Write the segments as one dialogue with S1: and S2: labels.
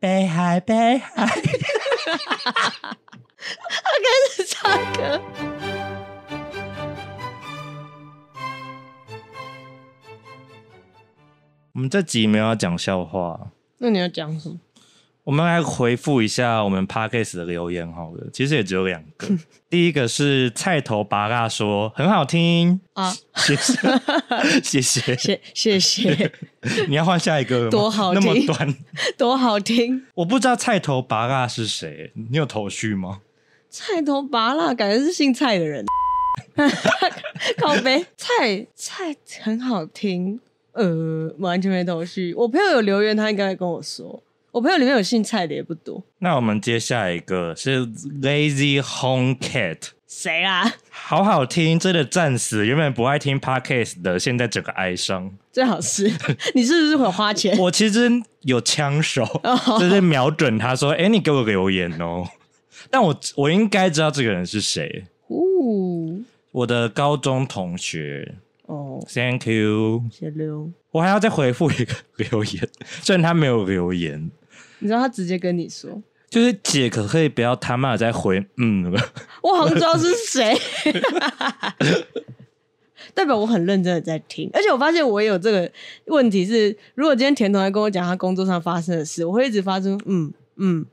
S1: 北海，北海。
S2: 他开始唱歌。
S1: 我们这集没有要讲笑话，
S2: 那你要讲什么？
S1: 我们来回复一下我们 podcast 的留言好了。其实也只有两个， 第一个是菜头拔辣说很好听
S2: 啊，
S1: 谢谢 谢谢。
S2: 谢谢谢，
S1: 你要换下一个了吗
S2: 多好
S1: 那
S2: 听
S1: 么短，
S2: 多好听！
S1: 我不知道菜头拔辣是谁，你有头绪吗？
S2: 菜头拔辣，感觉是姓蔡的人。 靠背，菜菜很好听，呃，完全没头绪。我朋友有留言，他应该会跟我说，我朋友里面有姓蔡的也不多。
S1: 那我们接下一个是 Lazy Home Cat。
S2: 谁啊啦？
S1: 好好听，真的战死！原本不爱听 podcast 的，现在整个哀伤。
S2: 最好是 你是不是很花钱？
S1: 我其实有枪手，就是瞄准他说：“哎、你给我留言哦。” 但我我应该知道这个人是谁，
S2: 呜
S1: 我的高中同学。
S2: 哦，
S1: Thank you。
S2: 谢溜。
S1: 我还要再回复一个留言， 虽然他没有留言，
S2: 你知道他直接跟你说，
S1: 就是姐可不可以不要他妈的再回嗯 了。
S2: 我好像知道是 谁，代表我很认真的在听。而且我发现我也有这个问题是，如果今天甜筒来跟我讲他工作上发生的事，我会一直发出嗯嗯，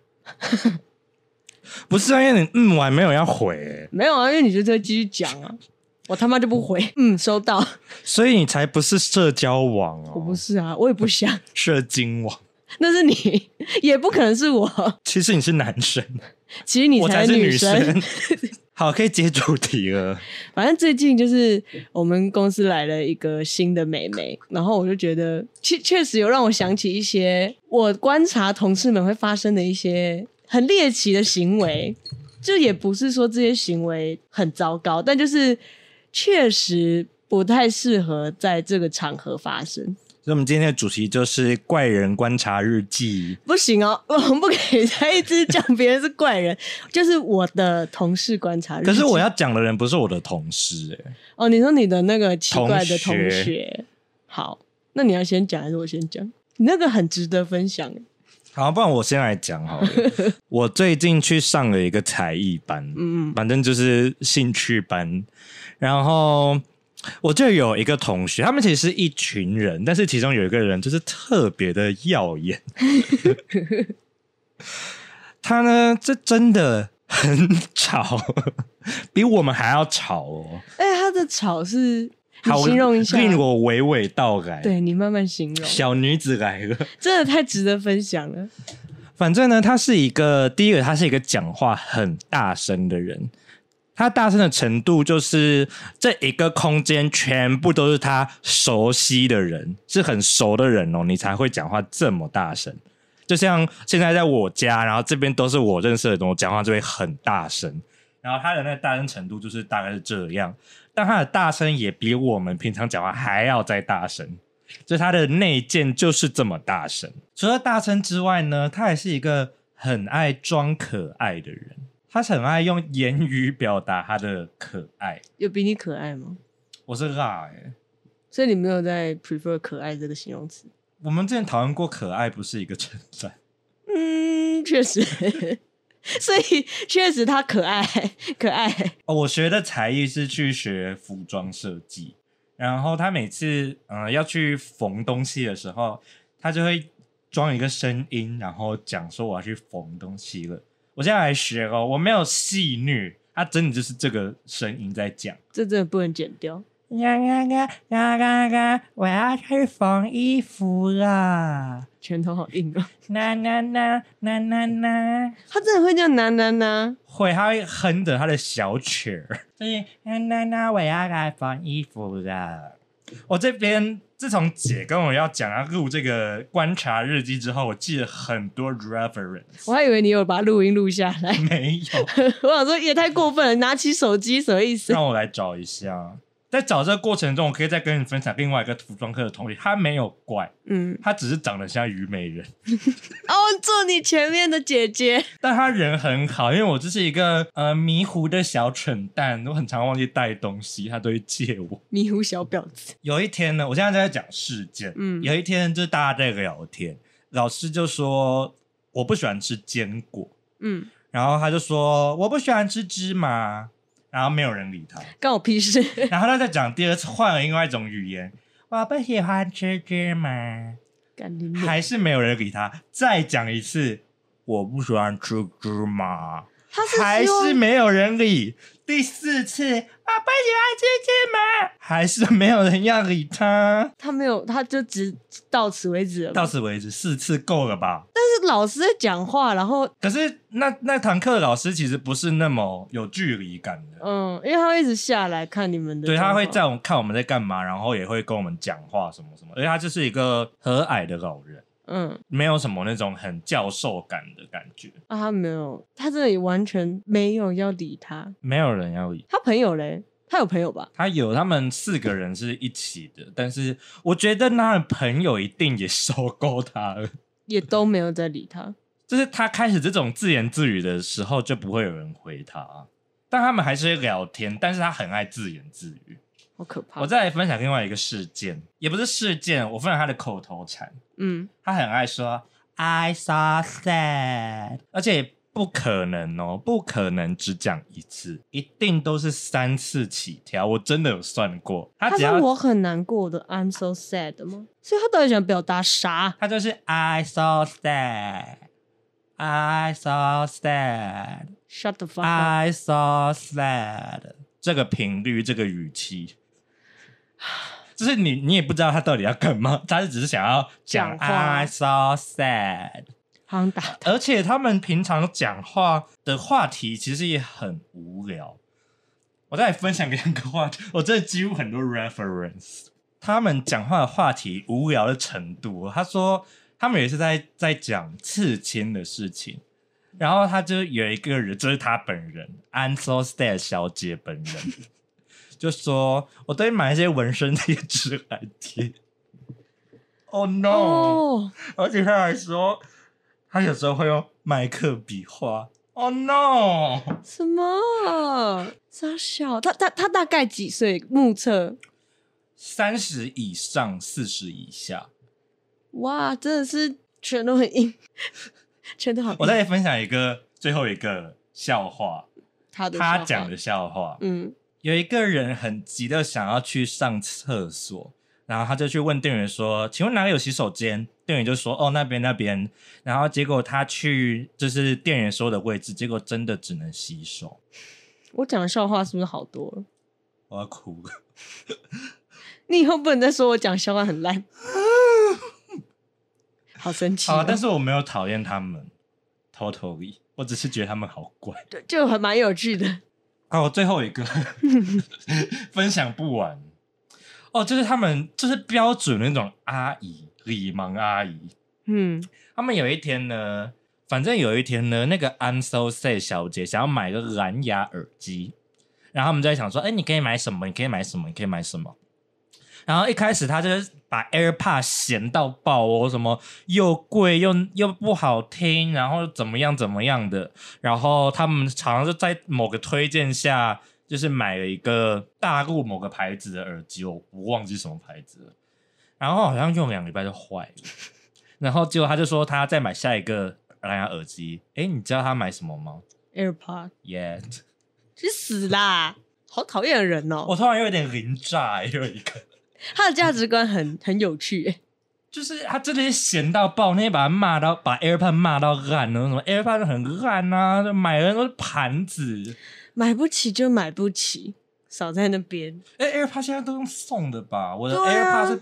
S1: 不是啊，因为你嗯完没有要回、欸
S2: 没有啊，因为你就是会继续讲啊， 我他妈就不回， 嗯，收到。
S1: 所以你才不是社交网
S2: 我不
S1: 哦，
S2: 是啊，我也不想，
S1: 社精网。
S2: 那是你，也不可能是我。
S1: 其实你是男生。
S2: 其实你
S1: 我才
S2: 是
S1: 是女生。
S2: 生，
S1: 好，可以接主题了。
S2: 反正最近就是我们公司来了一个新的美眉，然后我就觉得确确实有让我想起一些我观察同事们会发生的一些很猎奇的行为，就也不是说这些行为很糟糕，但就是确实不太适合在这个场合发生。
S1: 所以我们今天的主题就是怪人观察日记。
S2: 不行哦， 我们不可以再一直讲别人是怪人，就是我的同事观察日记。
S1: 可是我要讲的人不是我的同事、欸，
S2: 哦，你说你的那个奇怪的同
S1: 同学
S2: 学，好，那你要先讲还是我先讲？你那个很值得分享欸，
S1: 好，不然我先来讲 好了。我最近去上了一个才艺班，嗯，反正就是兴趣班。然后我就有一个同学，他们其实是一群人，但是其中有一个人就是特别的耀眼。 他呢，这真的很吵，比我们还要吵哦。
S2: 哎、他的吵是，你
S1: 好，
S2: 形容一下，
S1: 令我娓娓道来。，
S2: 对你慢慢形容，
S1: 小女子来了。
S2: 真的太值得分享了。
S1: 反正呢，他是一个第一个，他是一个讲话很大声的人。他大声的程度就是这一个空间全部都是他熟悉的人，是很熟的人哦，你才会讲话这么大声。就像现在在我家，然后这边都是我认识的人，我讲话就会很大声。然后他的那个大声程度就是大概是这样，但他的大声也比我们平常讲话还要再大声。就他的内建就是这么大声。除了大声之外呢，他也是一个很爱装可爱的人，他是很爱用言语表达他的可爱。
S2: 有比你可爱吗？
S1: 我是辣哎、
S2: 所以你没有在 prefer 可爱这个形容词？
S1: 我们之前讨论过可爱不是一个称赞，
S2: 嗯，确实， 所以确实他可爱，可爱。
S1: 哦，我学的才艺是去学服装设计，然后他每次嗯、呃要去缝东西的时候，他就会装一个声音，然后讲说我要去缝东西了。我现在来学哦，我没有戏虐，他真的就是这个声音在讲。
S2: 这真的不能剪掉，
S1: 呀呀呀呀呀呀！我要去缝衣服啦！
S2: 拳头好硬啊！
S1: 啦啦啦啦啦啦！
S2: 他真的会这样喃喃喃，
S1: 会，他会哼着他的小曲儿， 就是啦啦啦，我要来缝衣服啦。我这边自从姐跟我要讲要录这个观察日记之后，我记了很多 reference，
S2: 我还以为你有把录音录下来。
S1: 没 有，
S2: 我想说也太过分了，拿起手机什么意思？
S1: 让我来找一下。在找这个过程中，我可以再跟你分享另外一个服装课的同学，他没有怪，
S2: 嗯，
S1: 他只是长得像虞美人。
S2: 哦，坐你前面的姐姐，
S1: 但他人很好，因为我就是一个呃迷糊的小蠢蛋，我很常忘记带东西，他都会借我。
S2: 迷糊小婊子，
S1: 有一天呢，我现在在讲事件，
S2: 嗯
S1: 有一天就是大家在聊天，老师就说我不喜欢吃坚果，
S2: 嗯，
S1: 然后他就说我不喜欢吃芝麻，然后没有人理 他。
S2: 干我屁事！
S1: 然后他再讲第二次，换了另外一种语言，我不喜欢吃芝麻，
S2: 干你妹！
S1: 还是没有人理他。再讲一次，我不喜欢吃芝麻，
S2: 他是
S1: 还
S2: 希望
S1: 是没有人理。第四次，我不喜欢吃芝麻，还是没有人要理他。
S2: 他没有，他就只到此为止了吧。
S1: 到此为止，四次够了吧？
S2: 但是老师在讲话，然后
S1: 可是那那堂课的老师其实不是那么有距离感的，
S2: 嗯，因为他会一直下来看你们的哦
S1: 对
S2: 状
S1: 他
S2: 况，
S1: 会在我们看我们在干嘛，然后也会跟我们讲话什么什么，而且他就是一个和蔼的老人。
S2: 嗯，
S1: 没有什么那种很教授感的感觉，
S2: 啊，他没有，他这里完全没有要理他。
S1: 没有人要理
S2: 他朋友嘞，他有朋友吧？
S1: 他。有他们四个人是一起的，但是我觉得那朋友一定也受够他了。
S2: 也都没有在理他。
S1: 就是他开始这种自言自语的时候，就不会有人回他，啊但他们还是会聊天，但是他很爱自言自语。
S2: 好可怕！
S1: 我再来分享另外一个事件，也不是事件，我分享他的口头禅，
S2: 嗯，
S1: 他很爱说 "I so sad"，而且不可能哦，不可能只讲一次，一定都是三次起跳。我真的有算过，他
S2: 他
S1: 只
S2: 说
S1: 要
S2: 我很难过的，I'm so sad 吗？所以他到底想表达啥？
S1: 他就是 "I so sad"，"I so sad"，"I
S2: Shut the fuck
S1: 啊
S2: up！
S1: so sad"，这个频率，这个语气。 就是你，你也不知道他到底要干嘛，他是只是想要讲
S2: 讲话
S1: "I so sad"，
S2: 好像打
S1: 而且他们平常讲话的话题其实也很无聊。我再来分享两个话题，我真的几乎很多 reference。他们讲话的话题无聊的程度，他说他们也是在在讲刺青的事情，然后他就有一个人，就是他本人 a n s o s t a r 小姐本人， 就说我都会买一些纹身贴纸来贴。Oh no！、
S2: 哦，
S1: 而且他还说，他有时候会用麦克笔画。Oh no！
S2: 什么？傻小，他他他大概几岁？目测，
S1: 三十以上，四十以下。
S2: 哇，真的是全都很硬，全都好硬。
S1: 我再分享一个最后一个笑话，
S2: 他的
S1: 他
S2: 笑
S1: 讲
S2: 话，
S1: 的笑话。
S2: 嗯，
S1: 有一个人很急的想要去上厕所，然后他就去问店员说：“请问哪里有洗手间？”店员就说：“哦，那边那边。”然后结果他去就是店员说的位置，结果真的只能洗手。
S2: 我讲的笑话是不是好多了？
S1: 我要哭了。
S2: 你以后不能再说我讲笑话很烂，好生气哦、
S1: 啊，但是我没有讨厌他们，totally，我只是觉得他们好怪。
S2: 就就还蛮有趣的。
S1: 啊，我最后一个分享不完。哦，就是他们就是标准那种阿姨，礼盲阿姨。
S2: 嗯，
S1: 他们有一天呢，反正有一天呢，那个 I'm so sad 小姐想要买个蓝牙耳机，然后他们就在想说，哎、你可以买什么？你可以买什么？你可以买什么？然后一开始她就是把 AirPod 嫌到爆哦，什么又贵又又不好听，然后怎么样怎么样的，然后他们常常就在某个推荐下，就是买了一个大陆某个牌子的耳机，我不忘记什么牌子了，然后好像用两个礼拜就坏了。然后结果他就说他要再买下一个蓝牙耳机。诶，你知道他买什么吗
S2: AirPod，
S1: ？Yet，
S2: 去死啦！好讨厌的人哦、
S1: 我突然有点零炸、欸，有一个，
S2: 他的价值观很很有趣、欸
S1: 就是他真的是闲到爆，那天把他骂到把 AirPod 骂到烂了，什么 AirPod 都很烂啊，就买的都是盘子。
S2: 买不起就买不起，少在那边。
S1: 哎、a i r p o d 现在都用送的吧？我的
S2: 对啊
S1: AirPod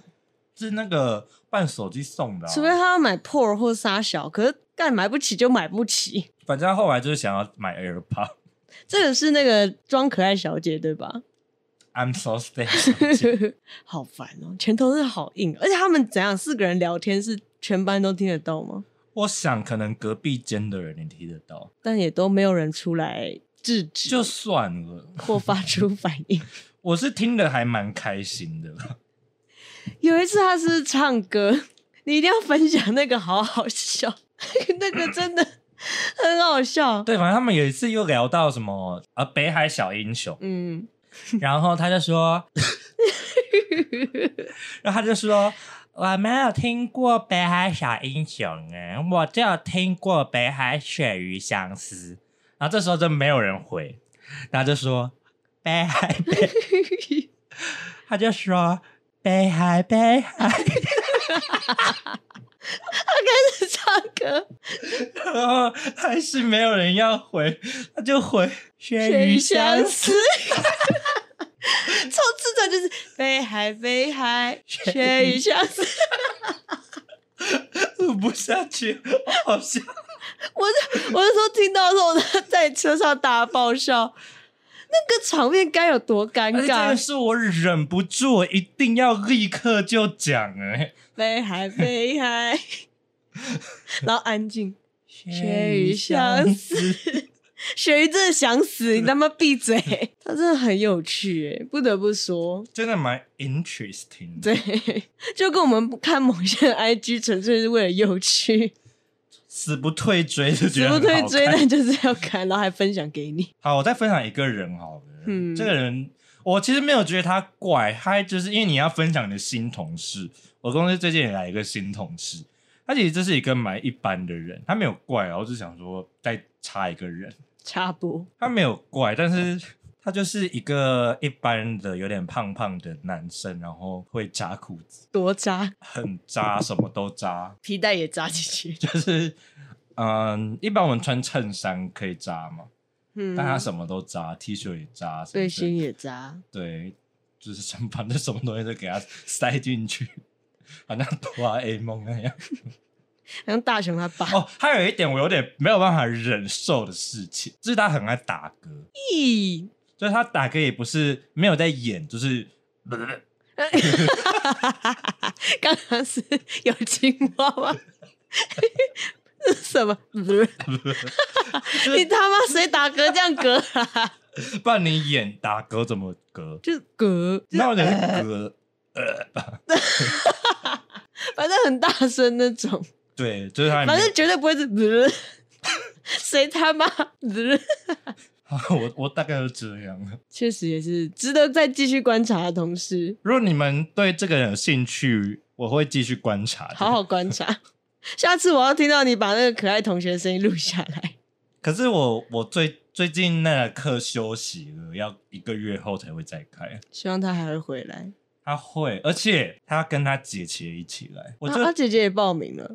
S1: 是、是那个办手机送的、啊，
S2: 除非他要买破 o 或沙小，可是干买不起就买不起。
S1: 反正他后来就是想要买 AirPod。
S2: 这个是那个装可爱小姐对吧？
S1: I'm so sad。
S2: 好烦哦、拳头是好硬，而且他们怎样四个人聊天是全班都听得到吗？
S1: 我想可能隔壁间的人你听得到，
S2: 但也都没有人出来制止
S1: 就算了。
S2: 或发出反应。
S1: 我是听的还蛮开心的，
S2: 有一次他是不是唱歌，你一定要分享那个，好好笑， 那个真的很好笑。
S1: 对，反正他们有一次又聊到什么呃北海小英 雄，
S2: 嗯，
S1: 然后他就说，然后他就说我没有听过《北海小英雄》哎，我只有听过《北海鳕鱼相思》。然后这时候就没有人回，然后就说北海 北，他就说北海北海，
S2: 是唱歌，
S1: 然后还是没有人要回，他就回鳕鱼相思，。
S2: 从此者就是北海北海，鳕鱼相思。
S1: 录不下去，我好笑。
S2: 我是我是说，听到的时候，我在车上大爆笑，那个场面该有多尴
S1: 哎而且这个
S2: 尬！
S1: 是我忍不住，我一定要立刻就讲哎、
S2: 北海北 海，然后安静，
S1: 鳕
S2: 鱼相
S1: 思。
S2: 鳕鱼真的想死，你他妈闭嘴！ 他真的很有趣、欸，不得不说，
S1: 真的蛮 interesting 的。
S2: 对，就跟我们看某些人 IG 纯粹是为了有趣，
S1: 死不退追就觉
S2: 死
S1: 得
S2: 不
S1: 很
S2: 推
S1: 好
S2: 追，
S1: 看
S2: 但就是要看，然后还分享给你。
S1: 好，我再分享一个人好了。
S2: 嗯
S1: 这个人我其实没有觉得他怪，他就是因为你要分享你的新同事。我公司最近也来一个新同事，他其实这是一个蛮一般的人，他没有怪啊，我只想说再插一个人，
S2: 插播，
S1: 他没有怪，但是。他就是一个一般的有点胖胖的男生，然后会扎裤子，
S2: 多扎，
S1: 很扎，什么都扎，
S2: 皮带也扎进去。
S1: 就是嗯，一般我们穿衬衫可以扎嘛，
S2: 嗯
S1: 但他什么都扎，T 恤也扎，什么
S2: 背
S1: 之类
S2: 心也扎，
S1: 对，就是身旁的什么东西都给他塞进去， 好像哆啦 A 梦那样。
S2: 像大雄他爸。
S1: 哦，还有一点我有点没有办法忍受的事情，就是他很爱打嗝，
S2: 咦
S1: 就是他打嗝也不是没有在演，就是。
S2: 刚刚是有青蛙吗？ 这是 什么？你他妈谁打嗝这样嗝啊？
S1: 不然你演打嗝怎么嗝？
S2: 就呃嗝，
S1: 那我就是嗝，
S2: 反正很大声那种，
S1: 对，就是他也没
S2: 反
S1: 有。
S2: 正绝对不会是。 谁他妈？
S1: 我我大概就这样了。
S2: 确实也是值得再继续观察的同时，
S1: 如果你们对这个人有兴趣，我会继续观察的。
S2: 好好观察。下次我要听到你把那个可爱同学的声音录下来。
S1: 可是我我最最近那个课休息了，要一个月后才会再开。
S2: 希望他还会回来。
S1: 他会，而且他跟他姐姐一起来。我
S2: 他、
S1: 就、
S2: 啊、姐姐也报名了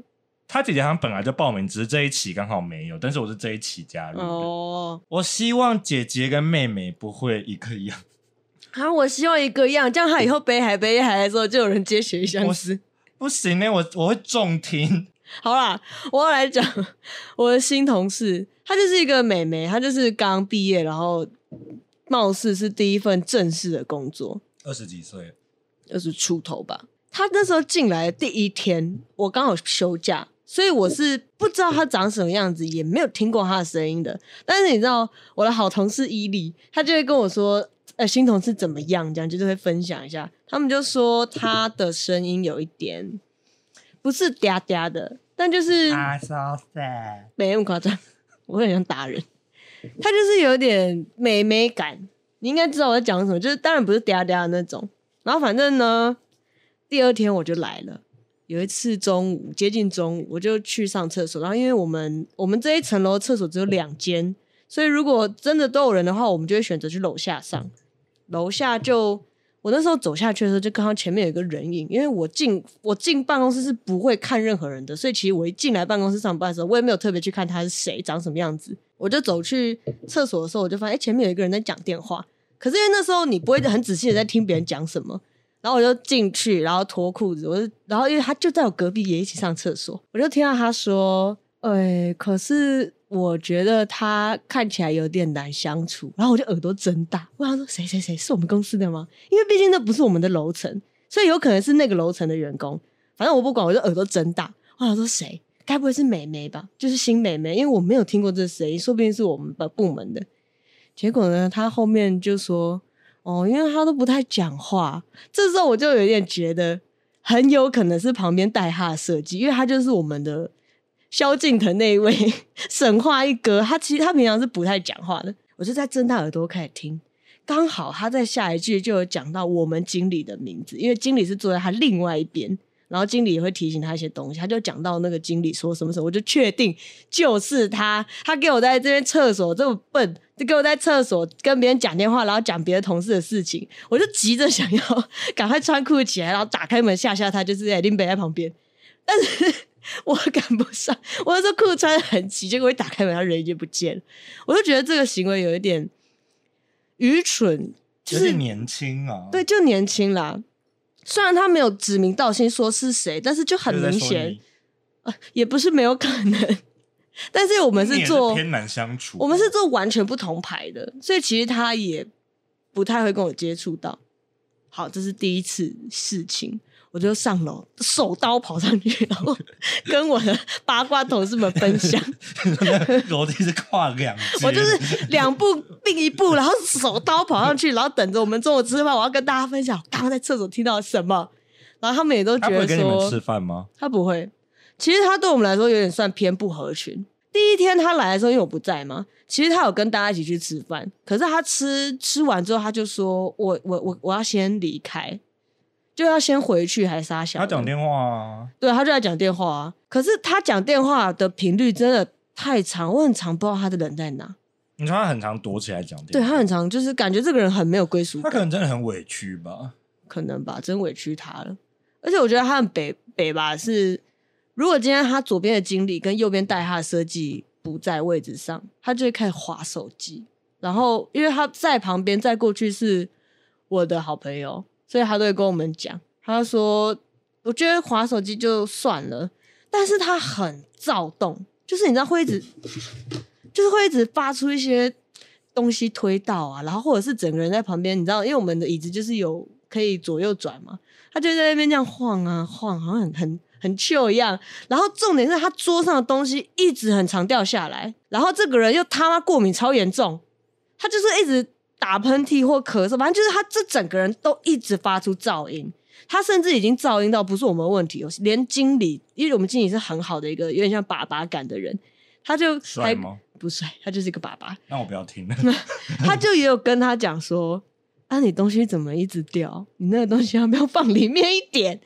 S1: 他姐姐好像本来就报名，只是这一期刚好没有，但是我是这一期加入的。
S2: 哦。
S1: 我希望姐姐跟妹妹不会一个样。
S2: 啊，我希望一个样，这样他以后北海北海的时候，就有人接雪相
S1: 我
S2: 思。
S1: 不行呢、欸我我会重听。
S2: 好啦，我要来讲 我的新同事，她就是一个美眉，她就是刚毕业，然后貌似是第一份正式的工作，
S1: 二十几岁，
S2: 二十出头吧。她那时候进来的第一天，我刚好休假，所以我是不知道她长什么样子，也没有听过她的声音的。但是你知道，我的好同事伊利，她就会跟我说，呃，新同事怎么样，这样就是会分享一下。他们就说她的声音有一点不是嗲嗲的，但就是
S1: 啊 so sad。
S2: 没那么夸张，我很想打人。他就是有点美美感，你应该知道我在讲什么，就是当然不是嗲嗲的那种。然后反正呢，第二天我就来了。有一次中午接近中午，我就去上厕所，然后因为我们我们这一层楼的厕所只有两间，所以如果真的都有人的话，我们就会选择去楼下上。楼下就我那时候走下去的时候，就看到前面有一个人影，因为我进我进办公室是不会看任何人的，所以其实我一进来办公室上班的时候，我也没有特别去看他是谁，长什么样子。我就走去厕所的时候，我就发现哎、诶前面有一个人在讲电话，可是因为那时候你不会很仔细的在听别人讲什么。然后我就进去，然后脱裤子，我就，然后因为他就在我隔壁也一起上厕所，我就听到他说：“哎、可是我觉得他看起来有点难相处。”然后我就耳朵睁大，我想说：“谁谁谁是我们公司的吗？”因为毕竟那不是我们的楼层，所以有可能是那个楼层的员工。反正我不管，我就耳朵睁大，我想说谁？该不会是美眉吧？就是新美眉，因为我没有听过这谁，说不定是我们部部门的。结果呢，他后面就说：“哦，因为他都不太讲话。”这时候我就有点觉得，很有可能是旁边带他的设计，因为他就是我们的萧敬腾那一位 神话一哥。他其实他平常是不太讲话的，我就在睁大耳朵开始听。刚好他在下一句就有讲到我们经理的名字，因为经理是坐在他另外一边，然后经理也会提醒他一些东西，他就讲到那个经理说什么什么，我就确定就是他，他给我在这边厕所这么笨，就给我在厕所跟别人讲电话，然后讲别的同事的事情，我就急着想要赶快穿裤子起来，然后打开门吓吓他，就是哎林北在旁边，但是我赶不上，我那时候裤子穿的很齐，结果一打开门，他人已经不见了，我就觉得这个行为有一点愚蠢，就
S1: 有
S2: 是
S1: 点年轻啊，
S2: 对，就年轻啦。虽然他没有指名道姓说是谁，但是就很
S1: 就是在
S2: 明
S1: 说
S2: 显
S1: 你，，
S2: 也不是没有可能。 但是我们
S1: 你
S2: 是
S1: 也
S2: 做
S1: 偏难相处，
S2: 我们是做完全不同牌的，所以其实他也不太会跟我接触到。好，这是第一次事情，我就上楼，手刀跑上去，然后跟我的八卦同事们分享。
S1: 楼梯是跨两阶，
S2: 我就是两步并一步，然后手刀跑上去，然后等着我们中午吃饭，我要跟大家分享我刚刚在厕所听到了什么。然后他们也都
S1: 他
S2: 觉
S1: 不会
S2: 得
S1: 跟你们
S2: 说
S1: 吃饭吗？
S2: 他不会。其实他对我们来说有点算偏不合群。第一天他来的时候，因为我不在嘛，其实他有跟大家一起去吃饭。可是他吃吃完之后，他就说我我我我要先离开，就要先回去，还撒小的。
S1: 他讲电话啊，
S2: 对，他就在讲电话啊。可是他讲电话的频率真的太长，我很常不知道他的人在哪。
S1: 你说他很常躲起来讲电
S2: 对
S1: 话，
S2: 他很常就是感觉这个人很没有归属
S1: 他 可
S2: 感，
S1: 能真的很委屈吧。
S2: 可能吧，真委屈他了。而且我觉得他很北北吧，是如果今天他左边的经理跟右边带他的设计不在位置上，他就会开始划手机。然后因为他在旁边，在过去是我的好朋友，所以他都会跟我们讲，他说我觉得划手机就算了，但是他很躁动，就是你知道会一直，就是会一直发出一些东西推到啊，然后或者是整个人在旁边，你知道，因为我们的椅子就是有可以左右转嘛，他就在那边这样晃啊晃，好像很很很 chill 一样。然后重点是他桌上的东西一直很常掉下来，然后这个人又他妈过敏超严重，他就是一直打喷嚏或咳嗽，反正就是他这整个人都一直发出噪音。他甚至已经噪音到不是我们的问题哦，连经理，因为我们经理是很好的一个有点像爸爸感的人，他就
S1: 帅
S2: 还
S1: 吗？
S2: 不帅，他就是一 个爸爸，
S1: 那我不要听了，
S2: 他就也有跟他讲说：“ 啊，你东西怎么一直掉？你那个东西要不要放里面一点？”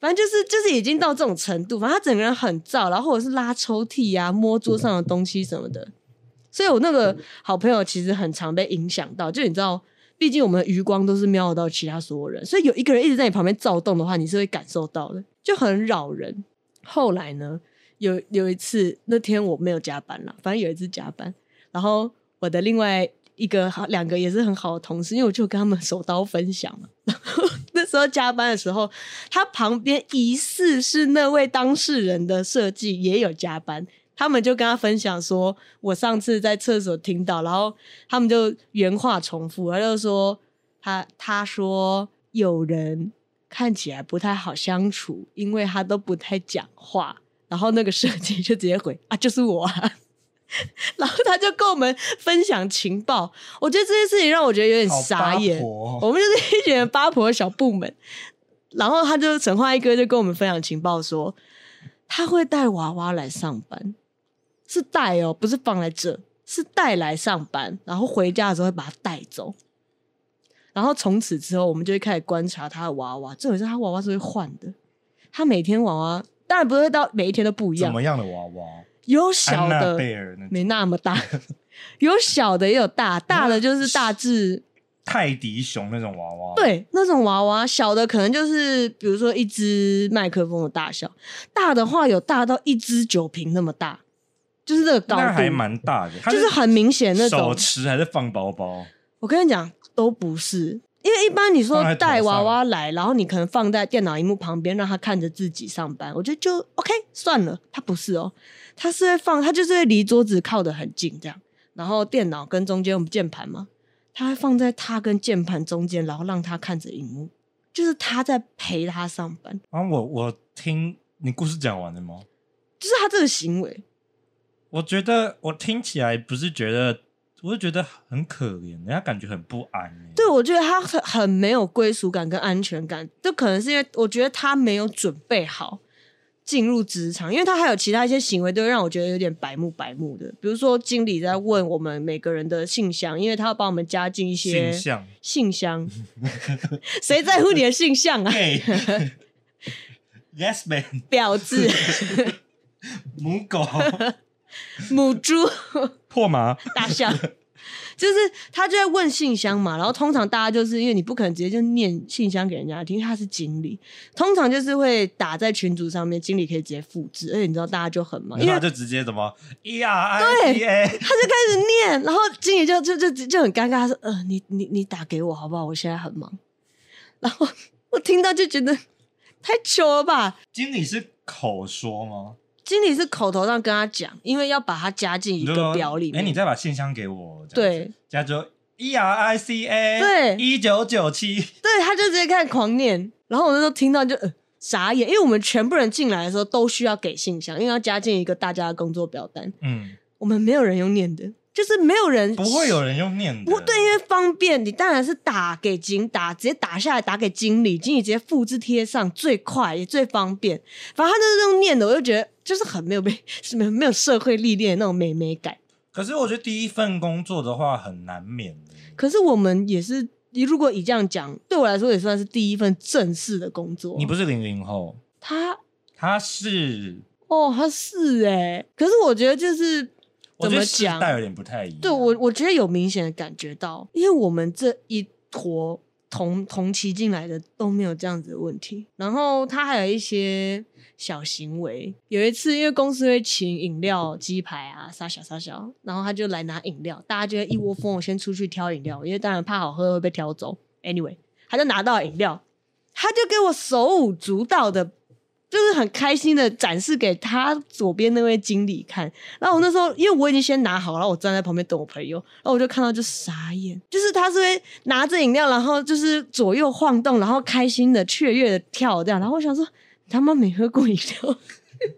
S2: 反正就是就是已经到这种程度，反正他整个人很燥，然后或者是拉抽屉呀、摸桌上的东西什么的。所以我那个好朋友其实很常被影响到，就你知道，毕竟我们的余光都是瞄得到其他所有人，所以有一个人一直在你旁边躁动的话，你是会感受到的，就很扰人。后来呢，有有一次那天我没有加班啦，反正有一次加班，然后我的另外一个好两个也是很好的同事，因为我就跟他们手刀分享嘛。然后 那时候加班的时候，他旁边疑似是那位当事人的设计也有加班，他们就跟他分享说，我上次在厕所听到，然后他们就原话重复，他就说他他说有人看起来不太好相处，因为他都不太讲话。然后那个设计就直接回啊，就是我啊。 然后他就跟我们分享情报，我觉得这件事情让我觉得有点
S1: 好
S2: 傻眼哦
S1: 八。婆
S2: 我们就是一群八婆的小部门。然后他就神话一哥就跟我们分享情报说，他会带娃娃来上班，是带哦，不是放在这，是带来上班，然后回家的时候会把它带走。然后从此之后，我们就会开始观察他的娃娃，重点是他娃娃是会换的，他每天娃娃当然不会到每一天都不一
S1: 怎
S2: 样
S1: 么，样的娃娃？
S2: 有小
S1: 安娜
S2: 的
S1: 贝尔那种
S2: 没那么 大，有小的也有大，大的就是大致
S1: 泰迪熊那种娃娃，，
S2: 对，那种娃娃小的可能就是，比如说一支麦克风的大小，大的话有大到一支酒瓶那么大，就是这个高
S1: 那
S2: 度，
S1: 还蛮大的，它
S2: 就是很明显那
S1: 手
S2: 种。
S1: 持还是放包包？
S2: 我跟你讲，都不是，因为一般你说
S1: 放在头
S2: 带娃
S1: 上
S2: 娃来，然后你可能放在电脑荧幕旁边，让他看着自己上班，我觉得就 OK 算了。他不是哦，他是会放，他就是会离桌子靠得很近这样，然后电脑跟中间我们键盘嘛，他会放在他跟键盘中间，然后让他看着荧幕，就是他在陪他上班，
S1: 啊，我我听你故事讲完了吗？
S2: 就是他这个行为。
S1: 我觉得我听起来不是觉得，我是觉得很可怜，人家感觉很不安、欸。
S2: 对，我觉得他很很没有归属感跟安全感，这可能是因为我觉得他没有准备好进入职场，因为他还有其他一些行为都会让我觉得有点白目白目的，比如说经理在问我们每个人的信箱，因为他要帮我们加进一些
S1: 性向
S2: 信箱，谁在乎你的信箱啊？
S1: gay Yes man，
S2: 婊子、
S1: 母 狗
S2: 母猪、
S3: 破吗？
S2: 大象， 就是他就在问信箱嘛。然后通常大家就是因为你不可能直接就念信箱给人家听，因为他是经理，通常就是会打在群组上面，经理可以直接复制。而且你知道大家就很忙，因为
S1: 然后啊就直接怎么 E R I T A，
S2: 他就开始念，然后经理就就就就很尴尬，他说：“呃，你你你打给我好不好？我现在很忙。”然后我听到就觉得太糗了吧。
S1: 经理是口说吗？
S2: 经理是口头上跟他讲，因为要把他加进一
S1: 你就
S2: 个
S1: 说
S2: 表里
S1: 哎，
S2: 面。
S1: 你再把信箱给我。这样子，
S2: 对
S1: 加州 E R I C A，
S2: 对
S1: 一九九七，
S2: 对，他就直接开始狂念，然后我那时候听到就、呃、傻眼，因为我们全部人进来的时候都需要给信箱，因为要加进一个大家的工作表单，
S1: 嗯，
S2: 我们没有人用念的，就是没有人
S1: 不会有人用念的。
S2: 不对，因为方便，你当然是打给经打，直接打下来打给经理，经理直接复制贴上，最快也最方便。反正他就是这种念的，我就觉得就是很没有被 是没有没有社会历练的那种美美感。
S1: 可是我觉得第一份工作的话很难免的。
S2: 可是我们也是，如果以这样讲，对我来说也算是第一份正式的工作。
S1: 你不是零零后，
S2: 他
S1: 他是
S2: 哦，他是哎、可是我觉得就是
S1: 我
S2: 怎
S1: 觉
S2: 么
S1: 得时
S2: 讲，啊
S1: 代有点不太一样。
S2: 对我，我觉得有明显的感觉到，因为我们这一坨同同期进来的都没有这样子的问题。然后他还有一些小行为，有一次因为公司会请饮料、鸡排啊，撒小撒小，然后他就来拿饮料，大家就会一窝蜂，我先出去挑饮料，因为当然怕好喝会被挑走。Anyway，他就拿到了饮料，他就给我手舞足蹈的。就是很开心的展示给他左边那位经理看，然后我那时候，因为我已经先拿好，然后我站在旁边等我朋友，然后我就看到就傻眼，就是他是会拿着饮料，然后就是左右晃动，然后开心的、雀跃的跳这样，然后我想说，你他妈没喝过饮料，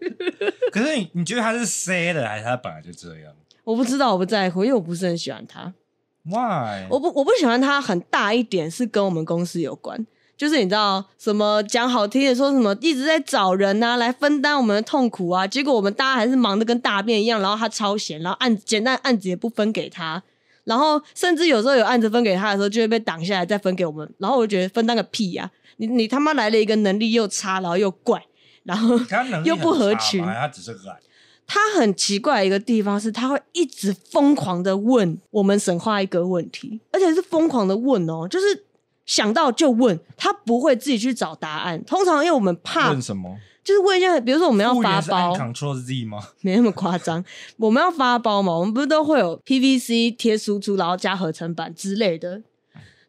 S1: 可是你你觉得他是 C 的，还是他本来就这样
S2: 我不知道，我不在乎，因为我不是很喜欢他，
S1: ？Why？
S2: 我不我不喜欢他很大一点是跟我们公司有关。就是你知道什么讲好听的，说什么一直在找人呐、来分担我们的痛苦啊，结果我们大家还是忙得跟大便一样，然后他超闲，然后案简单案子也不分给他，然后甚至有时候有案子分给他的时候，就会被挡下来再分给我们。然后我就觉得分担个屁呀、你你他妈来了一个能力又差，然后又怪，然后
S1: 他能力
S2: 又
S1: 很
S2: 不合
S1: 差
S2: 群
S1: 吗他只是懒。
S2: 他很奇怪的一个地方是，他会一直疯狂的问我们神话一个问题，而且是疯狂的问哦，就是想到就问，他不会自己去找答案。通常因为我们怕，
S1: 问什么？
S2: 就是问一下，比如说我们要
S1: 复
S2: 发
S1: 原是按
S2: 包，
S1: Ctrl Z 吗？
S2: 没那么夸张。我们要发包嘛，我们不是都会有 PVC 贴输出，然后加合成板之类的。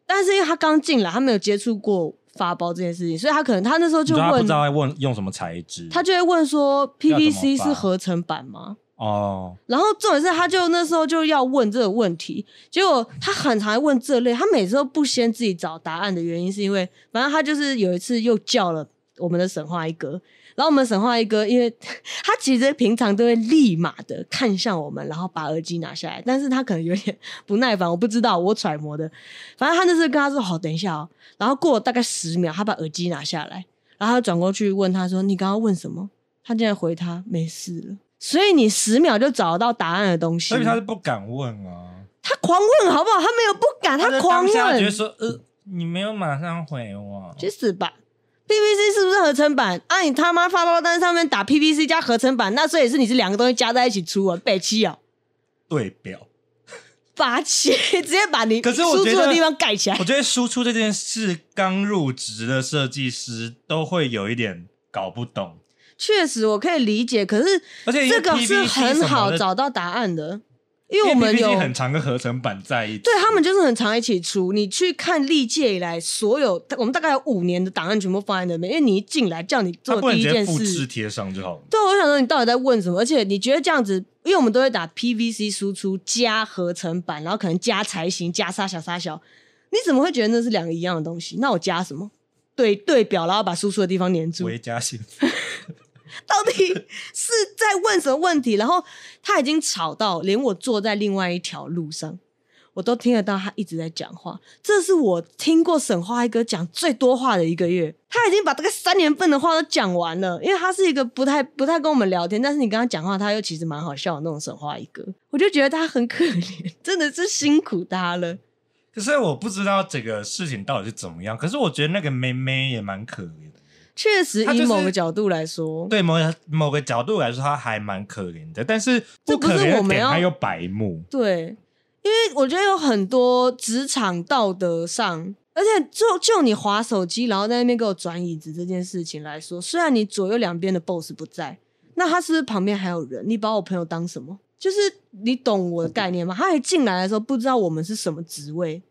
S2: 但是因为他刚进来，他没有接触过发包这件事情，所以他可能他那时候
S1: 你
S2: 就
S1: 说他不
S2: 问
S1: 知，道要问用什么材质。
S2: 他就会问说
S1: 要怎么
S2: PVC
S1: 发
S2: 是合成板吗？
S1: 哦，
S2: 然后重点是，他就那时候就要问这个问题，结果他很常问这类，他每次都不先自己找答案的原因，是因为反正他就是有一次又叫了我们的神话一哥，然后我们神话一哥，因为他其实平常都会立马的看向我们，然后把耳机拿下来，但是他可能有点不耐烦，我不知道，我揣摩的，反正他那次跟他说好，等一下哦，然后过了大概十秒，他把耳机拿下来，然后他转过去问他说：“你刚刚问什么？”他竟然回他：“没事了。”所以你十秒就找得到答案的东西。
S1: 所以他是不敢问啊。
S2: 他狂问好不好？他没有不敢，他
S1: 就
S2: 狂
S1: 当下觉得
S2: 问，
S1: 说，呃，你没有马上回我。
S2: 去死吧！PVC 是不是合成版？啊，你他妈发包单上面打 PVC 加合成版，那所以是你是两个东西加在一起出啊，北七啊，
S1: 对表。
S2: 八七， 直接把你
S1: 可是我
S2: 输
S1: 觉
S2: 出
S1: 得
S2: 的地方盖起来
S1: 我。觉得输出这件事，刚入职的设计师都会有一点搞不懂，
S2: 确实，我可以理解，可是
S1: 而且因为
S2: 这个是
S1: PVC 什
S2: 很
S1: 么
S2: 好
S1: 的，
S2: 找到答案的，因
S1: 因
S2: 为我们
S1: PVC
S2: 有
S1: 很长的合成板在一起。
S2: 对他们就是很常一起出。你去看历届以来所有，我们大概有五年的档案全部放在那边，因为你一进来叫你
S1: 他
S2: 做
S1: 不能
S2: 第
S1: 直
S2: 一
S1: 接
S2: 件
S1: 复制
S2: 事。
S1: 贴上就好了。
S2: 对，啊我想说你到底在问什么？而且你觉得这样子，因为我们都会打 PVC 输出加合成板，然后可能加材型、加沙小沙小，你怎么会觉得那是两个一样的东西？那我加什么？对对表，然后把输出的地方粘住。
S1: 维嘉信，
S2: 到底是在问什么问题？然后他已经吵到，连我坐在另外一条路上，我都听得到他一直在讲话。这是我听过沈花一哥讲最多话的一个月，他已经把大概三年份的话都讲完了。因为他是一个不太不太跟我们聊天，但是你跟他讲话，他又其实蛮好笑的那种沈花一哥，我就觉得他很可怜，真的是辛苦他了。
S1: 可是我不知道这个事情到底是怎么样。可是我觉得那个妹妹也蛮可怜的，
S2: 确实
S1: 他
S2: 以
S1: 就是
S2: 某个角度来说，
S1: 对某某个角度来说，他还蛮可怜的，但是
S2: 这
S1: 不
S2: 不是
S1: 可怜
S2: 我
S1: 的
S2: 们
S1: 点
S2: 要
S1: 他又白目，
S2: 对，因为我觉得有很多职场道德上，而且就就你划手机，然后在那边给我转椅子这件事情来说，虽然你左右两边的 boss 不在，那他是不是旁边还有人？你把我朋友当什么？就是你懂我的概念吗？他还进来的时候不知道我们是什么职位，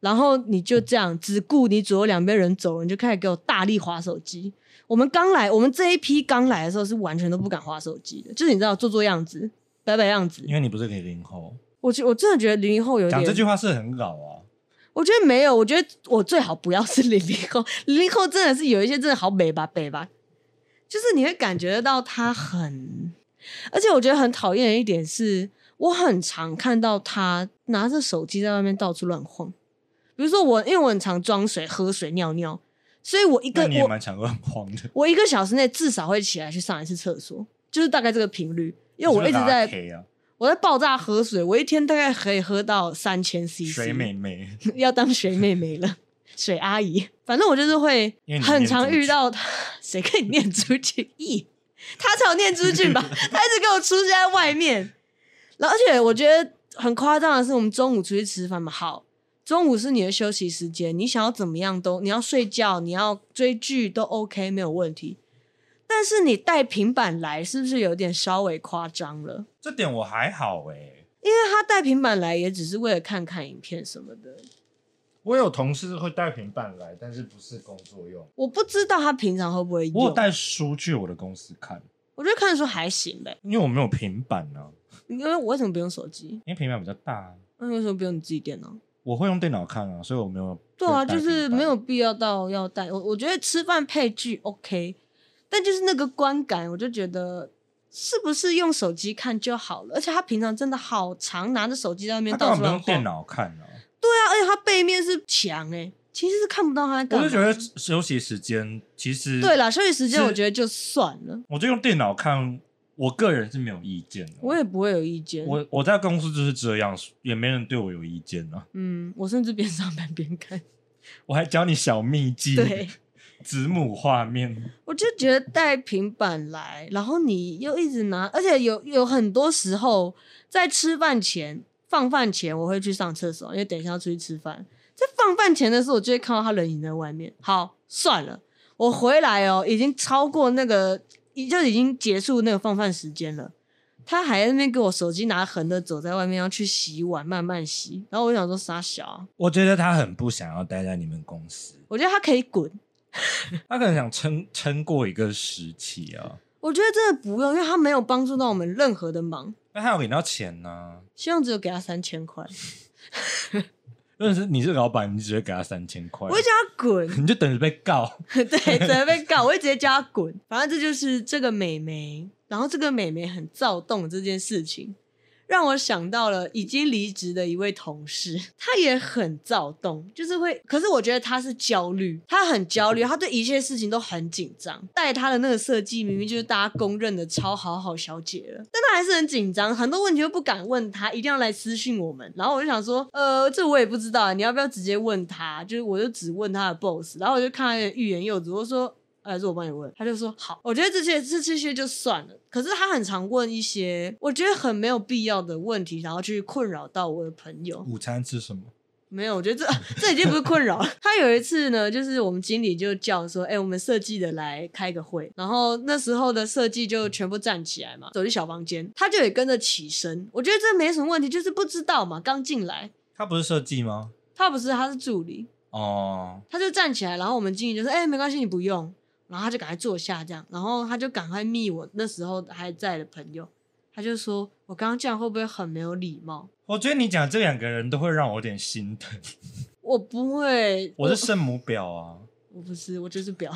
S2: 然后你就这样只顾你左右两边人走了，你就开始给我大力划手机。我们刚来，我们这一批刚来的时候是完全都不敢划手机的，就是你知道做做样子、摆摆样子
S1: 因，为你不是零零后，
S2: 我觉我真的觉得零零后有
S1: 讲
S2: 点，
S1: 这句话是很老啊。
S2: 我觉得没有，我觉得我最好不要是零零后，零零后真的是有一些真的好北吧北吧，就是你会感觉得到他很，而且我觉得很讨厌的一点是，我很常看到他拿着手机在外面到处乱晃，比如说我，因为我很常装水、喝水、尿尿，所以我一个
S1: 那你也
S2: 我
S1: 蛮常乱晃的，
S2: 我一个小时内至少会起来去上一次厕所，就是大概这个频率，因为我一直在
S1: 你是不是拉 K 啊，
S2: 我在爆炸喝水，我一天大概可以喝到三千 CC。
S1: 水妹 妹，
S2: 要当水妹妹了， 水阿姨。反正我就是会
S1: 因为你
S2: 很
S1: 念
S2: 常
S1: 出
S2: 遇
S1: 去
S2: 到他，谁跟你念出去？ 咦，他才有念出去吧？ 他一直给我出现在外面。然后，而且我觉得很夸张的是，我们中午出去吃饭嘛，好，中午是你的休息时间，你想要怎么样都，你要睡觉，你要追剧都 OK，没有问题。但是你带平板来，是不是有点稍微夸张了？
S1: 这点我还好哎、
S2: 因为他带平板来也只是为了看看影片什么的，
S1: 我有同事会带平板来，但是不是工作用。
S2: 我不知道他平常会不会用。
S1: 我有带书去我的公司看，
S2: 我觉得看书还行呗，
S1: 因为我没有平板呢、啊，
S2: 因为我为什么不用手机？
S1: 因为平板比较大啊、
S2: 那为什么不用你自己电脑？
S1: 我会用电脑看啊，所以我没有。
S2: 对啊，
S1: 带
S2: 就
S1: 平
S2: 是
S1: 板
S2: 没有必要到要带。我我觉得吃饭配剧 OK，但就是那个观感，我就觉得是不是用手机看就好了？而且他平常真的好常拿着手机在那边
S1: 他
S2: 到
S1: 干
S2: 处
S1: 嘛不
S2: 乱
S1: 用电
S2: 晃。
S1: 脑看呢、
S2: 对啊，而且他背面是墙哎、其实是看不到他在干
S1: 我
S2: 嘛。
S1: 就觉得休息时间其实
S2: 对，啦，休息时间
S1: 是
S2: 我觉得就算了，
S1: 我就用电脑看，我个人是没有意见的。
S2: 我也不会有意见。
S1: 我我在公司就是这样，也没人对我有意见啊。
S2: 嗯，我甚至边上班边看。
S1: 我还教你小秘技，
S2: 对，
S1: 子母画面，
S2: 我就觉得带平板来，然后你又一直拿，而且有有很多时候在吃饭前、放饭前，我会去上厕所，因为等一下要出去吃饭。在放饭前的时候，我就会看到他人影在外面。好，算了，我回来哦，已经超过那个，已就已经结束那个放饭时间了。他还在那边给我手机拿横的走在外面，要去洗碗，慢慢洗。然后我想说傻小啊，
S1: 我觉得他很不想要待在你们公司，
S2: 我觉得他可以滚，
S1: 他可能想撑撑过一个时期啊。
S2: 我觉得真的不用，因为他没有帮助到我们任何的忙。
S1: 那他有领到钱啊呢、
S2: 希望只有给他三千块，
S1: 如果是你是老板，你只会给他三千块
S2: 我，会叫他 滚，
S1: 你就等着被告。
S2: 对，只能被告，我会直接叫他滚。反正这就是这个美眉，然后这个美眉很躁动这件事情，让我想到了已经离职的一位同事，她也很躁动，就是会，可是我觉得她是焦虑，她很焦虑，她对一切事情都很紧张。带她的那个设计明明就是大家公认的超好好小姐了，但她还是很紧张，很多问题都不敢问她，一定要来私讯我们。然后我就想说，呃，这我也不知道，你要不要直接问她？就是我就只问她的 boss，然后我就看她的欲言又止，我说。还是我帮你问，他就说好。我觉得这些这这些就算了，可是他很常问一些我觉得很没有必要的问题，然后去困扰到我的朋友。
S1: 午餐吃什么？
S2: 没有，我觉得这 这已经不是困扰 了。他有一次呢，就是我们经理就叫说，哎、我们设计的来开个会，然后那时候的设计就全部站起来嘛，走进小房间，他就也跟着起身。我觉得这没什么问题，就是不知道嘛，刚进来，
S1: 他不是设计吗？
S2: 他不是他是助理，
S1: 哦，
S2: 他就站起来，然后我们经理就说：“哎、没关系，你不用。”然后他就赶快坐下，这样，然后他就赶快密我那时候还在的朋友，他就说：“我刚刚这样会不会很没有礼貌
S1: 我觉得你讲这两个人都会让我有点心疼。？”
S2: 我不会，
S1: 我是圣母婊啊，
S2: 我不是，我就是婊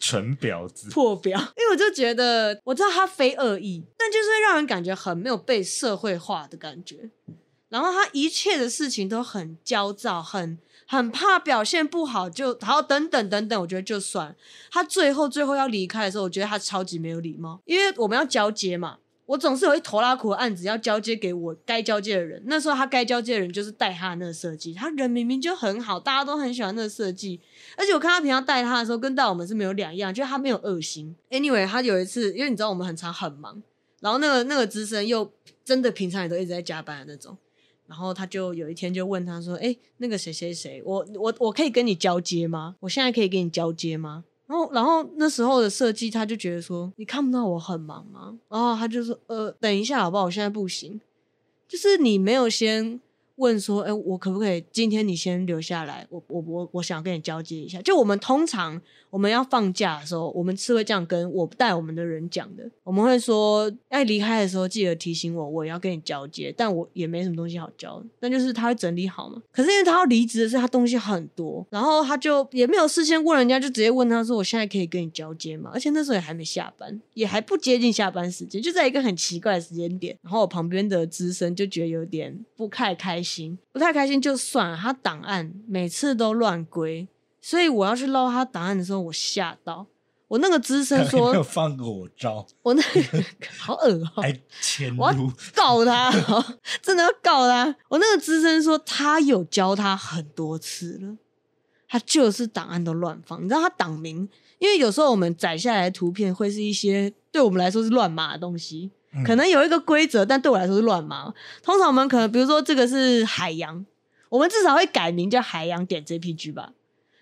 S1: 纯婊子。
S2: 破婊，因为我就觉得我知道他非恶意，但就是会让人感觉很没有被社会化的感觉。然后他一切的事情都很焦躁，很很怕表现不好，就然后等等等等，我觉得就算了他最后最后要离开的时候，我觉得他超级没有礼貌，因为我们要交接嘛，我总是有一头拉苦的案子要交接给我该交接的人。那时候他该交接的人就是带他的那个设计，他人明明就很好，大家都很喜欢那个设计，而且我看他平常带他的时候跟带我们是没有两样，就是他没有恶心。Anyway，他有一次，因为你知道我们很常很忙，然后那个那个资深又真的平常也都一直在加班的那种。然后他就有一天就问他说：“哎、那个谁谁谁，我我我可以跟你交接吗？我现在可以跟你交接吗？”然后，然后那时候的设计，他就觉得说：“你看不到我很忙吗？”然后他就说：“呃，等一下好不好？我现在不行。”就是你没有先问说：“哎，我可不可以今天你先留下来？我我我我想跟你交接一下。”就我们通常我们要放假的时候，我们是会这样跟我带我们的人讲的。我们会说，要离开的时候记得提醒我，我也要跟你交接，但我也没什么东西好交，那就是他会整理好嘛。可是因为他要离职的时候，他东西很多，然后他就也没有事先问人家，就直接问他说：“我现在可以跟你交接吗？”而且那时候也还没下班，也还不接近下班时间，就在一个很奇怪的时间点。然后我旁边的资深就觉得有点不太开心，不太开心就算了，他档案每次都乱归，所以我要去捞他档案的时候，我吓到。我那个资深
S4: 没有
S2: 说，
S4: 放过我招，
S2: 我那个 好恶哦、
S4: 还迁
S2: 我
S4: 怒
S2: 要，告他、哦，真的要告他。我那个资深说他有教他很多次了，他就是档案都乱放。你知道他档名，因为有时候我们载下来的图片会是一些对我们来说是乱码的东西，
S4: 嗯
S2: 可能有一个规则，但对我来说是乱码。通常我们可能比如说这个是海洋，我们至少会改名叫海洋点 JPG 吧，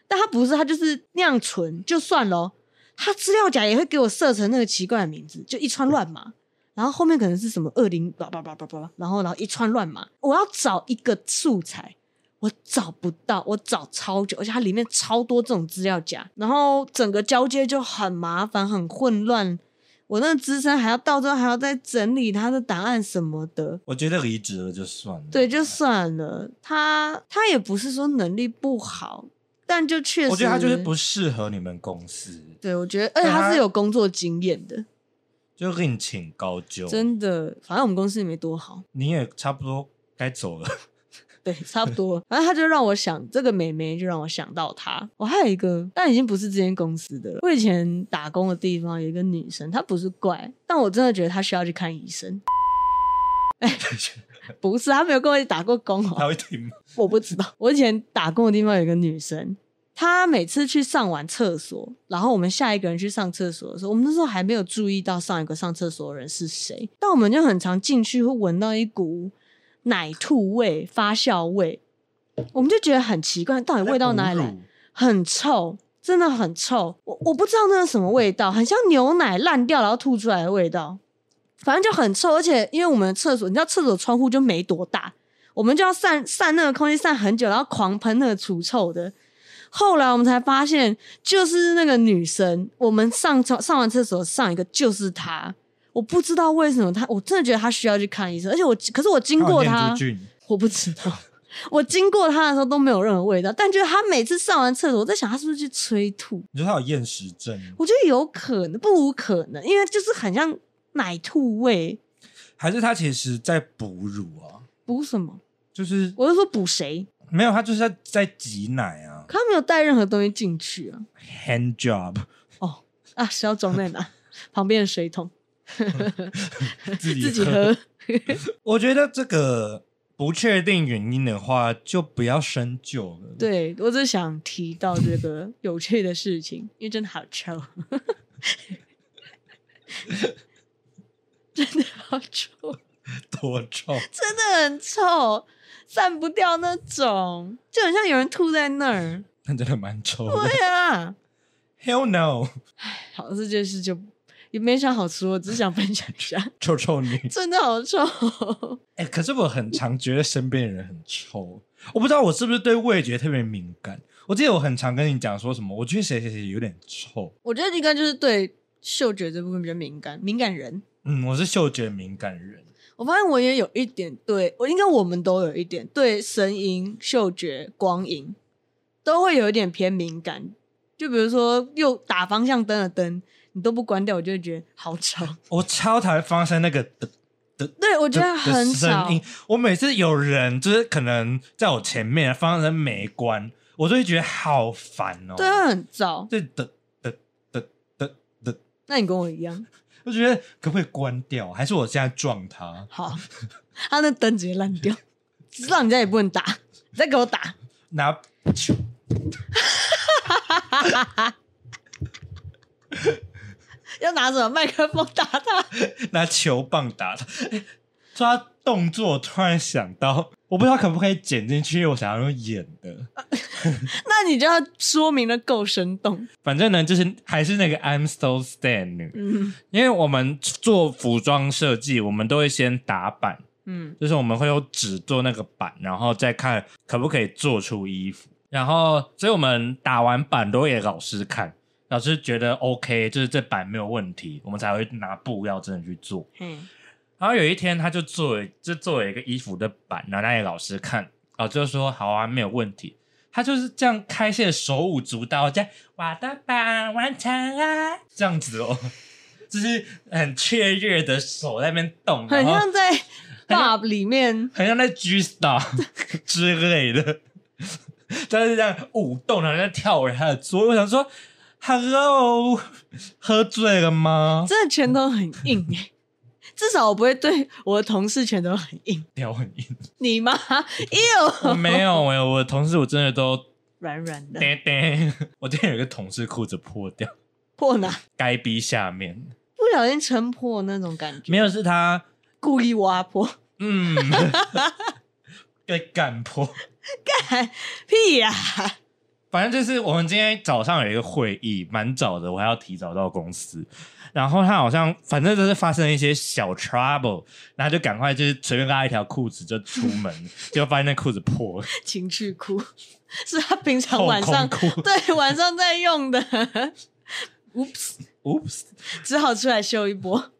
S2: 但他不是，他就是那样存就算咯。他资料夹也会给我设成那个奇怪的名字，就一串乱码。然后后面可能是什么二零叭叭叭叭叭，然后然后一串乱码，我要找一个素材，我找不到，我找超久，而且它里面超多这种资料夹，然后整个交接就很麻烦，很混乱。我那个资深还要到最后还要再整理他的档案什么的，
S4: 我觉得离职了就算了。
S2: 对，就算了。他他也不是说能力不好，但就确实，
S4: 我觉得他就是不适合你们公司，
S2: 对，我觉得，而且他是有工作经验的，
S4: 就另请高就。
S2: 真的。反正我们公司也没多好，
S4: 你也差不多该走了。
S2: 对，差不多。然后他就让我想这个美眉，就让我想到她。我还有一个，但已经不是这间公司的了。我以前打工的地方有一个女生，她不是怪，但我真的觉得她需要去看医生。哎，不是，她没有跟我一起打过工哦。
S4: 他会听吗？
S2: 我不知道。 我以前打工的地方有一个女生，她每次去上完厕所，然后我们下一个人去上厕所的时候，我们那时候还没有注意到上一个上厕所的人是谁，但我们就很常进去会闻到一股奶兔味、发酵味，我们就觉得很奇怪，到底嗯味道哪里来？很臭，真的很臭。我我不知道那是什么味道，很像牛奶烂掉然后吐出来的味道，反正就很臭。而且因为我们的厕所，你知道厕所窗户就没多大，我们就要散散那个空气散很久，然后狂喷那个除臭的。后来我们才发现，就是那个女生，我们上厕上完厕所上一个就是她。我不知道为什么她，我真的觉得她需要去看医生，而且我可是我经过她，
S4: 他有念珠菌
S2: 我不知道。我经过他的时候都没有任何味道，但就是他每次上完厕所，我在想他是不是去催吐？
S4: 你说他有厌食症，
S2: 我觉得有可能，不无可能，因为就是很像奶吐味，
S4: 还是他其实在哺乳啊？
S2: 补什么？
S4: 就是
S2: 我就说补谁？
S4: 没有，他就是在在挤奶啊
S2: 可他没有带任何东西进去啊！
S4: ，hand job，
S2: 啊，小装在哪？旁边的水桶
S4: 自己
S2: 自己。喝。
S4: 我觉得这个不确定原因的话，就不要深究了。，
S2: 对我只想提到这个有趣的事情，因为真的好臭， 真的好臭。
S4: 多 臭！
S2: 真的很臭，散不掉那种，就很像有人吐在那儿。
S4: 那真的蛮臭的。
S2: 对啊，
S4: Hell no，
S2: 好，这件事就也没啥好说，只是想分享一下，
S4: 臭臭女。
S2: 真的好臭。
S4: 哎、可是我很常觉得身边的人很臭，我不知道我是不是对味觉特别敏感。我记得我很常跟你讲说什么，我觉得谁谁谁有点臭。
S2: 我觉得应该就是对嗅觉这部分比较敏感，敏感人。
S4: 嗯，我是嗅觉敏感人，
S2: 我发现我也有一点对我，应该我们都有一点对声音、嗅觉、光影都会有一点偏敏感。就比如说，又打方向灯的灯，你都不关掉，我就会觉得好吵。
S4: 我超讨厌发生那个的
S2: 对，我觉得
S4: 的
S2: 很
S4: 的
S2: 吵
S4: 声。音。我每次有人就是可能在我前面发生没关，我就会觉得好烦哦。
S2: 啊对，，很早。
S4: 这的的的的的，
S2: 那你跟我一样，
S1: 我觉得可不可以关掉？还是我现在撞他？
S2: 好，他那灯直接烂掉，知道你再也不能打，你再给我打，
S1: 拿
S2: 要拿什么麦克风打他？
S1: 拿球棒打他。 抓动作突然想到，我不知道可不可以剪进去，因为我想要用演的。
S2: 那你就要说明的够生动。
S1: 反正呢，就是还是那个 I'm still standing，
S2: 嗯
S1: 因为我们做服装设计，我们都会先打版，
S2: 嗯
S1: 就是我们会用纸做那个版，然后再看可不可以做出衣服。然后，所以我们打完版都会给老师看，老师觉得 OK，就是这版没有问题，我们才会拿布料真的去做。
S2: 嗯
S1: 然后有一天，他就做了就做了一个衣服的版，然后拿给老师看，老师就说好啊，没有问题。他就是这样开心的手舞足蹈，在我的版完成啦，这样子哦，就是很雀跃的手在那边动，
S2: 很
S1: 然后
S2: 像在 pub 里面，
S1: 很像在 G Star 之类的，他是这样舞动，然后在跳舞，他的桌，我想说，Hello，喝醉了吗？
S2: 真的拳头很硬哎、至少我不会对我的同事拳头很硬。
S1: 掉很硬，
S2: 你吗？
S1: 我
S2: 哟，
S1: 没有哎、我的同事我真的都
S2: 软软 的
S1: 叮叮， 我今天有一个同事裤子破掉，
S2: 破哪？
S1: 该逼下面
S2: 不小心撑破那种感觉，
S1: 没有是他，
S2: 故意挖破，
S1: 嗯， 被干破。
S2: 屁呀、
S1: 反正就是我们今天早上有一个会议，蛮早的，我还要提早到公司。然后他好像反正就是发生了一些小 trouble，然后就赶快就是随便拉一条裤子就出门， 结果发现那裤子破了，
S2: 情趣裤，是他平常
S1: 后
S2: 晚上
S1: 空裤。
S2: 对晚上在用的。Oops，
S1: Oops！
S2: 只好出来秀一波。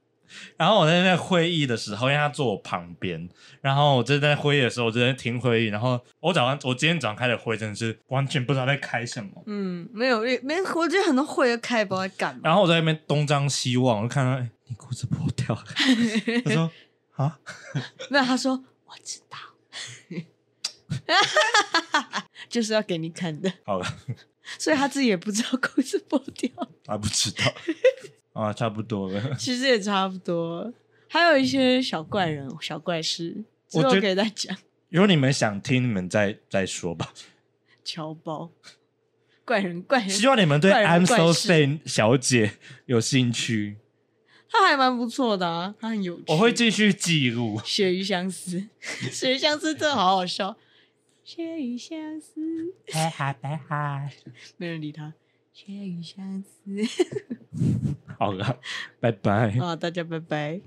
S1: 然后我在那会议的时候，因为他坐我旁边，然后我就在会议的时候，我就在听会议。然后我早上，我今天早上开的会真的是完全不知道在开什么。
S2: 嗯，没有，没，我觉得很多会都开，不知道在干嘛。
S1: 然后我在那边东张西望，我就看到、哎你裤子破 掉了。他说啊，
S2: 没有，他说我知道， 就是要给你看的，
S1: 好了，
S2: 所以他自己也不知道裤子破掉，
S1: 还不知道 啊，差不多了。
S2: 其实也差不多。还有一些小怪人、小怪事，之
S1: 我
S2: 后
S1: 觉
S2: 可以再讲。
S1: 如果你们想听，你们再再说 吧。
S2: 乔包，怪人怪人，
S1: 希望你们对
S2: 怪人
S1: I'm
S2: 怪
S1: So
S2: 事
S1: Sane 小姐有兴趣，
S2: 他还蛮不错的啊，他很有趣。
S1: 我会继续记 录。
S2: 鳕鱼相 思，鳕鱼相思真的好好笑。鳕鱼相思，
S1: 拜哈拜哈，
S2: 没人理他。鳕鱼相思，
S1: 好了，拜拜。
S2: 啊，大家拜拜。